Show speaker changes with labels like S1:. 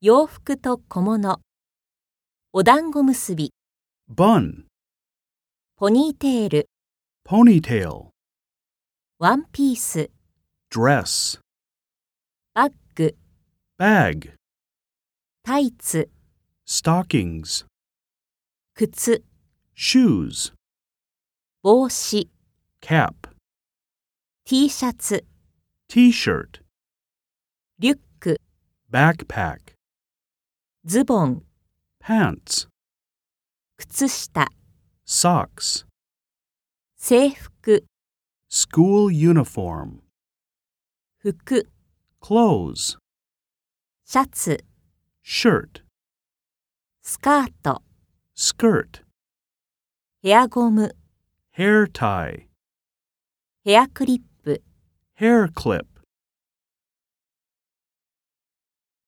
S1: 洋服と小物。お団子結び、
S2: bun,
S1: ポニーテール、
S2: ponytail,
S1: ワンピース、
S2: dress,
S1: バッグ、
S2: bag,
S1: タイツ、
S2: stockings,
S1: 靴、
S2: shoes,
S1: 帽子、
S2: cap,
S1: T シャツ、
S2: t-shirt,
S1: リュック、
S2: backpack,
S1: ズボン、
S2: pants,
S1: 靴下、
S2: socks,
S1: 制服、
S2: school uniform,
S1: 服、
S2: clothes,
S1: シャツ、
S2: shirt,
S1: スカート、
S2: skirt,
S1: ヘアゴム、
S2: hair tie,
S1: ヘアクリップ。
S2: hair clip.